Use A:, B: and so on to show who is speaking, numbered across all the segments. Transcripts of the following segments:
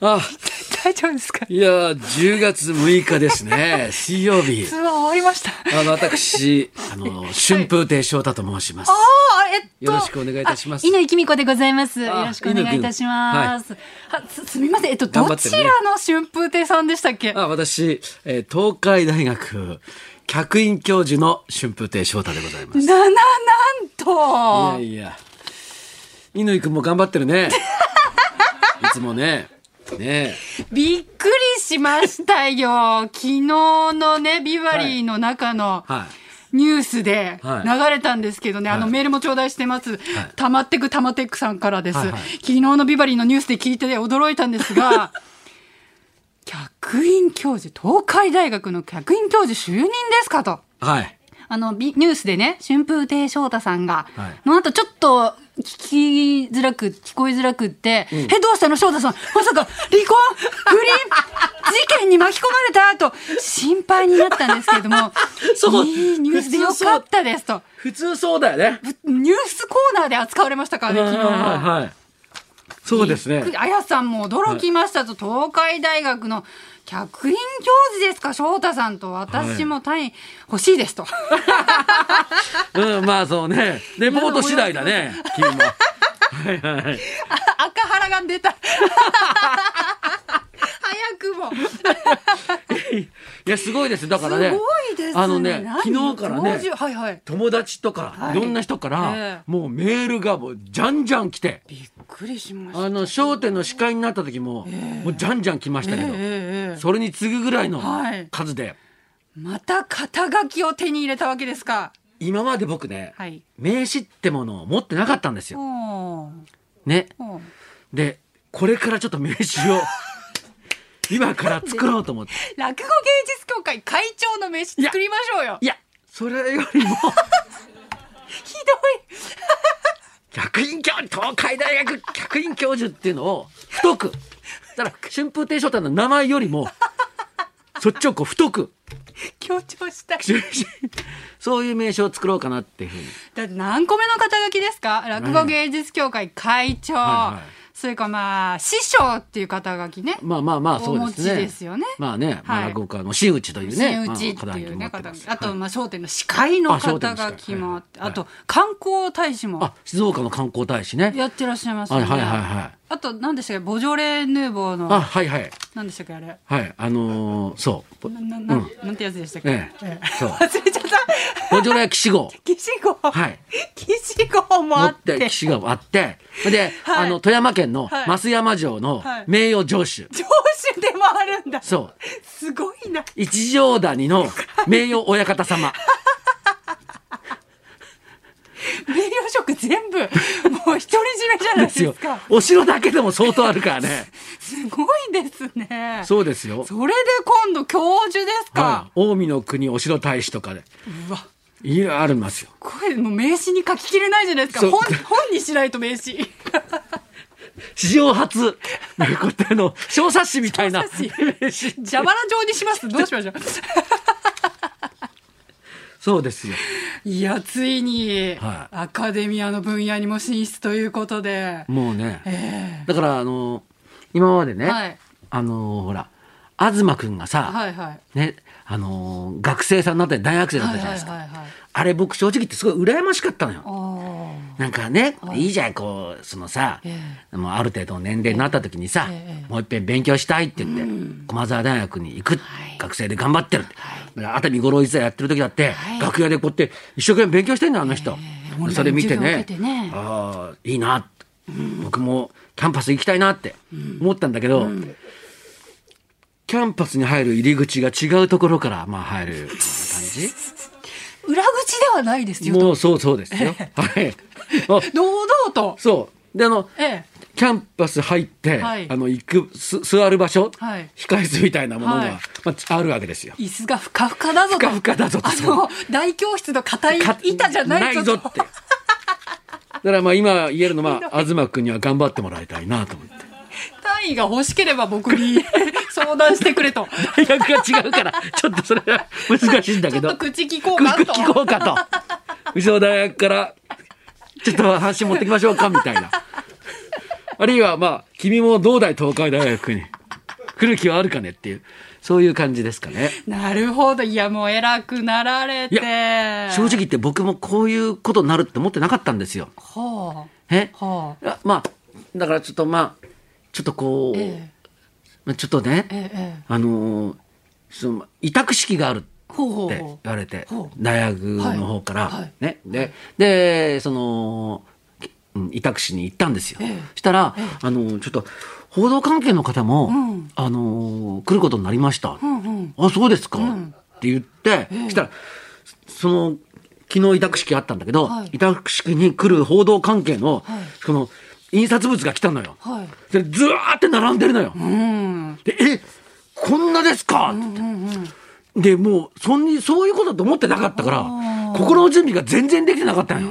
A: あ、
B: 大丈夫ですか
A: いやー、10月6日です ね。水曜日。
B: ツアー終わりました。
A: あの、私、あの、春風亭昇太と申します。
B: ああ、えっ
A: よ
B: と。
A: ろしくお願いいたします
B: あ稲木美子でございます。
A: あ
B: よろしくお願いいたします。あすすみません。えっと、
A: 頑張
B: ど
A: って
B: ち
A: るね
B: らの春風亭さんでしたっけ
A: あ私、えー東海大学客員教授の春風亭昇太でございます。
B: な、な、な
A: や
B: いんと。
A: いや。乾くんも頑張ってる ね。いつもね。ね
B: びっくりしましたよ。昨日のね、ビバリーの中の
A: え。は
B: ニュースで
A: はい
B: 流れたんですけどね、あの
A: はい
B: メールも頂戴してます。たまってくたまってくさんからです。
A: はいはい
B: 昨日のビバリーのニュースで聞いて驚いたんで すが、客員教授、東海大学の客員教授就任ですかと。
A: い。はい。
B: あの、ビニュースでね、春風亭昇太さんが、
A: はい
B: の後ちょっと聞きづらく、聞こえづらくって、え、どうしたの翔太さん。まさか、離婚不倫事件に巻き込まれたと、心配になったんですけれども、
A: そう
B: いいニュースでよかったですと。
A: 普通そうだよね。
B: ニュースコーナーで扱われましたからね、昨日。
A: はいはい。そうですね。
B: あやさんも驚きましたと、東海大学の客員教授ですか、翔太さんと、私も単位欲しいですと。
A: うん、まあそうね。レポート次第だね。君も。はいはい。
B: あ 赤腹が出た。早くも。
A: いや、すごいです。だからね。
B: すごいですね。
A: あのね
B: 何、
A: 昨日から
B: 教
A: ね
B: 授、はいはい。
A: 友達とか、
B: い
A: いろんな人から、
B: ええ
A: もうメールがもう、じゃんじゃん来て。
B: びっくりしました。
A: あの、商店の司会になった時も、もうじゃんじゃん来ましたけど、
B: ええええ
A: それに次ぐぐらいの
B: はい
A: 数で、
B: また肩書きを手に入れたわけですか。
A: 今まで僕ね、
B: はい。
A: 名刺ってものを持ってなかったんですよ。
B: おー
A: ね。
B: おー
A: で、これからちょっと名刺 を、今から作ろうと思って。
B: 落語芸術協会会長の飯作りましょうよ。
A: いや、それよりも、
B: ひどい。
A: 客員教授、東海大学客員教授っていうのを太く。だから、春風亭昇太の名前よりも、そっちをこう太く、
B: 強調したい。
A: そういう名称を作ろうかなっていうふうに。
B: だって何個目の肩書きですか落語芸術協会会長、
A: はいはい
B: それからまあ師匠っていう肩書きね、
A: まあまあまあ、そうですね。
B: お持ちですよね
A: まあね、まあ
B: はい
A: 落語家の真打ちというね。
B: 真打ちって
A: まあ
B: いうね、
A: 肩
B: 肩
A: 書き
B: 書き
A: 持って
B: あ
A: ますは
B: と
A: い
B: まあ『笑点』の司会の
A: あ笑点
B: 肩
A: の司会
B: 書きもあって
A: はい
B: あと観光大使も
A: あ、静岡の観光大使ね。
B: やってらっしゃいますよ
A: はい
B: ね
A: はいはいはい。
B: あと何でしたっけボジョレ・ヌーボー
A: あ、
B: の
A: はいはい。
B: 何でしたっけあれ
A: はい。あのーそう。
B: ななな
A: うん
B: なんてやつでしたっけ、
A: ええ
B: え
A: そう
B: 忘れちゃった
A: ボジョレー騎士号。
B: 岸号
A: はい
B: 岸号も
A: 持
B: あっ
A: ってて、騎士号あって。で、
B: はい
A: あの、富山県の
B: はい
A: 増山城の
B: はい
A: 名誉城主。
B: 上手でもあるんだ
A: そう。
B: すごいな
A: 一条谷の名誉親方様。
B: 名誉職 全部もう独り占めじゃな
A: で
B: い ですす
A: よ
B: か。
A: お城だけでも相当あるからね。
B: すごいですねそ
A: そうですよ。
B: れで今度教授です
A: は
B: か、
A: い。近江の国お城大使とかで。
B: うわ
A: いろいろありますよ。
B: これもう名刺に書ききれないじゃないですか
A: そう
B: 本本にしないと名 刺
A: 史上初、猫手の小冊子みたいな
B: 小冊蛇腹状にしますどうしましょう
A: そうですよ。
B: いやついに、
A: は
B: アカデミアの分野にも進出ということで
A: もうね。
B: ええ
A: だから、あの、今までね、
B: はい
A: あの、ほら、東くんがさ、
B: はいはい
A: ね、あの、学生さんになったり大学生だっ
B: は
A: た
B: い
A: じゃない
B: はい
A: ですか。
B: はいはい
A: あれ僕正直言ってすごい羨ましかったのよ。
B: あ
A: なんかね、いいじゃん、こう、そのさ、
B: え
A: もうある程度の年齢になった時にさ、
B: ええ
A: もう一遍勉強したいって言って、駒沢大学に行く、
B: はい
A: 学生で頑張ってるって。だから熱海五郎一座やってる時だって、
B: はい
A: 楽屋でこうやって一生懸命勉強してんだよ、あの人。
B: えオンライン
A: それ見てね、
B: 授業受けてね
A: ああ、いいなって、僕もキャンパス行きたいなって思ったんだけど、キャンパスに入る入り口が違うところから、まあ入るような感じ。
B: ー裏口ではないですよ
A: もうそうそうです よ。はい。あ
B: 堂々と
A: そう。で、あの、
B: ええ
A: キャンパス入って、
B: はい
A: あの、行く、す座る場所、
B: はい
A: 控室みたいなものが、
B: はい
A: まあ、あるわけですよ。
B: 椅子がふかふかだぞ
A: ふ
B: と。
A: かふかだぞと
B: あの、大教室の硬い
A: か
B: 板じゃないぞ
A: ぞ
B: と。
A: って。だからまあ今言えるのは、東君には頑張ってもらいたいなと思って。
B: 単位が欲しければ僕に 相談してくれと。
A: 大学が違うから、ちょっとそれは難しいんだ
B: ち
A: け
B: ょっ
A: ど。
B: と口聞こうかと。
A: 聞こうかと。うちの大学から、ちょっと話持ってきましょうか、みたいな。あるいは、まあ、君も同代東海大学に来る気はあるかねっていう、そういう感じですかね。
B: なるほど。いや、もう偉くなられて。
A: い正直。言って僕もこういうことになるって思ってなかったんですよ。
B: は
A: え
B: あ。はあ。
A: あまあ、だからちょっとまあ、ちょっとこう、
B: え
A: まあちょっとね、
B: えええ。
A: あのーその委託式があるって
B: ほうほう
A: 言
B: ほう。
A: われて
B: ほう
A: 大学の方から、
B: はいはい
A: ねででそのきうん委託しに行ったんですよ、
B: ええ
A: したら、あのちょっと報道関係の方も、
B: ん
A: あの来ることになりました、
B: うんうん。
A: あそうですか、って言って、したらその昨日委託式あったんだけど、
B: はい
A: 委託式に来る報道関係の、
B: はい
A: その印刷物が来たのよ、
B: はい。
A: でずわーって並んでるのよ、
B: うん。
A: でえこんなですかって言って、でもうそんにそういうことだと思ってなかったから心の準備が全然できてなかったのよ。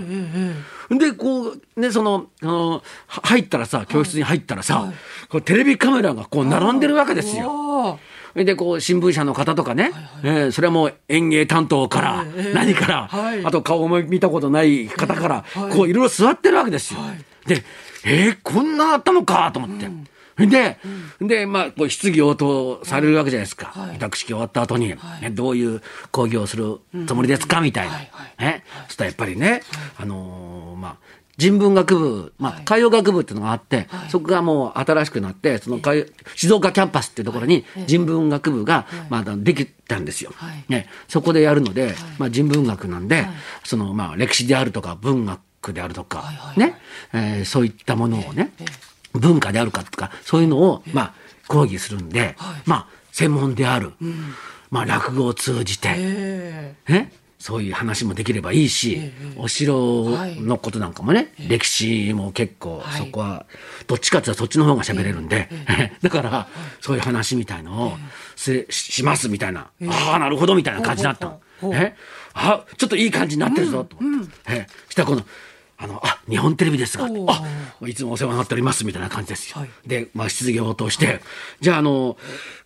A: でこうねそのあのは入ったらさ教室に入ったらさ、こうテレビカメラがこう並んでるわけですよ。
B: よ。
A: でこう新聞社の方とかね、えーそれはもう園芸担当から、
B: ええ
A: 何から、
B: はい
A: あと顔も見たことない方から、
B: えはい
A: こういろいろ座ってるわけですよ。でえー、こんなあったのかと思って。で、で、まあ、こう、質疑応答されるわけじゃないですか。
B: はい
A: 委託式終わった後に、ね、どういう講義をするつもりですか、みたいな。
B: はいはい
A: ね、そしたらやっぱりね、あのーまあ、人文学部、まあ、海洋学部っていうのがあって、そこがもう新しくなって、その海洋静岡キャンパスっていうところに人文学部が、まあ、できたんですよ。
B: はい
A: ね、そこでやるので、まあ、人文学なんで、その、まあ、歴史であるとか文学であるとか、
B: いはいはい
A: ね、えーそういったものをね、文化であるかとか、そういうのを、まあ、講義するんで、まあ、専門である、まあ、落語を通じて、
B: え
A: ね、そういう話もできればいいし、お城のことなんかもね、歴史も結構
B: はい
A: そこはどっちかっていうとそっちの方が喋れるんで、 だからそういう話みたいのをせししますみたいな、ああなるほどみたいな感じになったの
B: ほうほう。ほう
A: えあちょっといい感じになってるぞと思って、えしたらこのあのあ日本テレビですが
B: おー
A: あいつもお世話になっておりますみたいな感じですよ。
B: はい
A: で、まあ、質疑応答して、じゃああの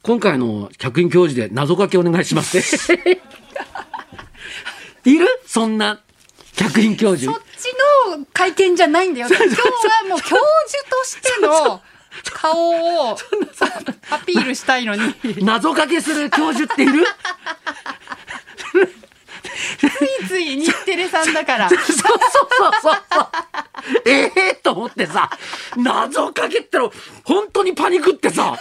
A: 今回の客員教授で謎かけお願いします って。いるそんな客員教
B: そ
A: 授
B: っ。ちの会見じゃないんだよ。今日はもう教授としての顔をアピールしたいのに。つい
A: 謎かけする教授っている
B: つい日テレさんだから。
A: そうそうそうそう。ええと思ってさ、謎かけっての、本当にパニックってさ、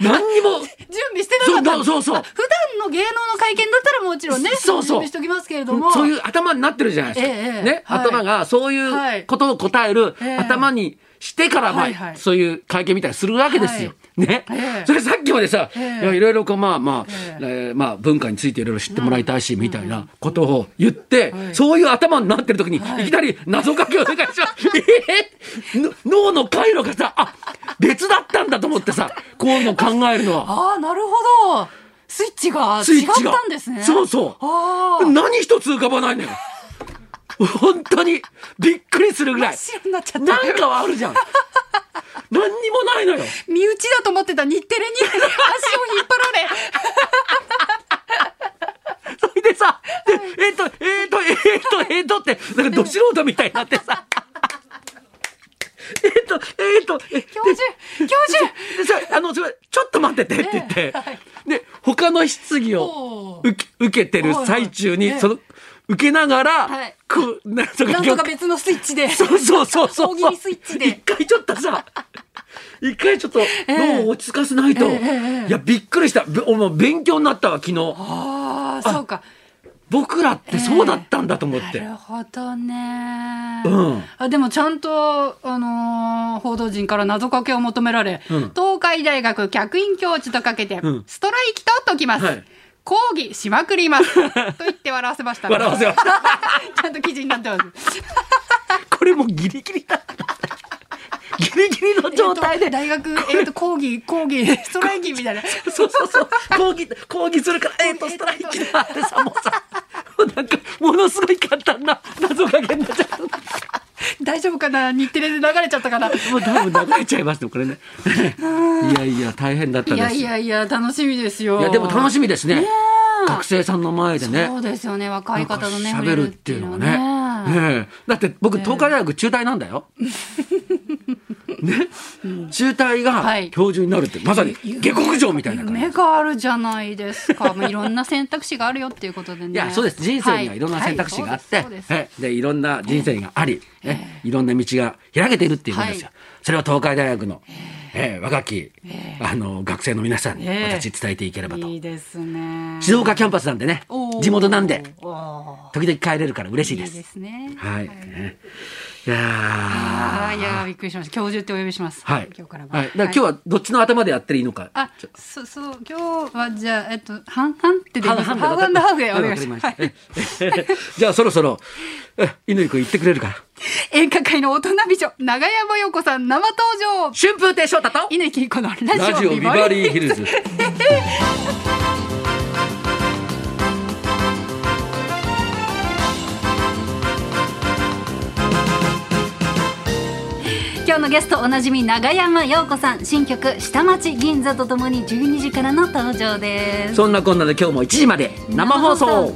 A: 何にも、
B: 準備してなかったの
A: そうそうそう
B: あ普段の芸能の会見だったらもちろんね
A: そうそう
B: 準備しておきますけれども
A: そういう頭になってるじゃないですか。
B: ええええ
A: ね、
B: はい
A: 頭がそういうことを答える
B: ええ
A: 頭にしてから、まあ
B: はいはい
A: そういう会見みたいにするわけですよ。ね、
B: ええ
A: それさっきまでさ、
B: ええ
A: いやいろいろこうまあまあ、
B: え
A: えーまあ文化についていろいろ知ってもらいたいし、みたいなことを言って、そういう頭になってる時に、い、きなり謎かけをお願いします。 ええの脳の回路がさ、あ別だったんだと思ってさ、こういうのを考えるのは。
B: ああなるほどスイッチが
A: スイッ
B: 違っ
A: チが。
B: たんですね
A: そうそう。
B: ああ
A: 何一つ浮かばないのよ。本当に、びっくりするぐ らい。
B: 白になっちゃった
A: なんかはあるじゃん。何にもない のよ。
B: 身内だと思ってた日テレに足を引っ張 られ
A: それでさ、で、えっと、えっと、えっと、えっとって、なんかど素人みたいになってさ。 えっと、えっと、え
B: 教授教授
A: でそれあの、それ、ちょっと待っててって言って、
B: ええはい
A: で、他の質疑を
B: おー
A: 受け受けてる最中に、
B: はいはい
A: その、受けながら、
B: はい
A: こう、なんとか
B: なんとか別のスイッチで
A: そうそうそうそう。
B: 大喜利スイッチで
A: 一回ちょっと さ、一回ちょっと脳を落ち着かせないと。
B: ええええ
A: いや、びっくりした。べ俺も勉強になったわ、昨日。
B: ああそうか
A: 僕らってそうだったんだと思って。
B: なるほどね、
A: うん
B: あでもちゃんと、あのー報道陣から謎かけを求められ、
A: ん
B: 東海大学客員教授とかけて、
A: ん
B: ストライキと解きます、
A: はい
B: 抗議しまくりますと言って笑わせました、
A: 笑わせました
B: ちゃんと記事になってます
A: これもうギリギリだった。ギリギリの 状態
B: えっ
A: で
B: と。大学、えっと抗議抗議 ストライキみたいな
A: そうそうそう。抗議、抗議するから、えっと、ストライキだってさ、もうさ、もうなんか、ものすごい簡単な謎かけになっちゃった。
B: 大丈夫かな日テレで流れちゃったかな
A: もう多分流れちゃいますね、これね。いやいや、大変だった
B: い
A: ですよ。
B: やいやいや楽しみですよ
A: いやでも楽しみですね
B: ねえ
A: 学生さんの前でね
B: そうですよね若い方のね
A: なんか喋るっていうのが
B: 触れるっていうのは
A: ねええだって僕東海大学中大なんだよ、ね、渋滞
B: は
A: が
B: い
A: 標準になるって、まさに下克上みたいな感じ
B: 夢があるじゃないですか。もういろんな選択肢があるよっていうことでね。
A: いやそうです人生にはいろんな選択肢があって、
B: はいはいそうですそう
A: えでいろんな人生があり、ねいろんな道が開けているっていうことですよ、
B: は
A: それを東海大学の、ええ若き、あの学生の皆さんに
B: ええ
A: 私伝えていければ
B: です
A: と、
B: いいですね。
A: 静岡キャンパスなんでね
B: おー
A: 地元なんで
B: おー
A: 時々帰れるから嬉しい
B: い
A: で
B: い
A: す
B: ですね。
A: はい、ねい
B: ああ、
A: やー
B: いや、びっくりしました。教授ってお呼びします。
A: はい、
B: 今日からは。
A: はい、だから今日はどっちの頭でやっていいのか、
B: あ、そう、そう、今日は、じゃあ、えっと、半々ってでいいですか
A: で
B: ハーフハーフでお願いします。
A: わ
B: は
A: かり
B: い
A: ましたええ じゃあそろそろ犬井君行ってくれるか
B: 演歌界の大人美女、長山洋子さん生登場
A: 春風亭昇太と
B: 稲木理子の
A: ラ
B: ラ
A: ジ
B: ジ
A: オ
B: オ
A: ビ
B: ビ
A: バ
B: バ
A: リー
B: リ
A: ヒ
B: ーヒル
A: ル
B: ズ。
A: ズ。
B: 今日のゲストおなじみ長山洋子さん新曲「下町銀座」とともに12時からの登場です
A: そんなこんなで今日も1時まで生放送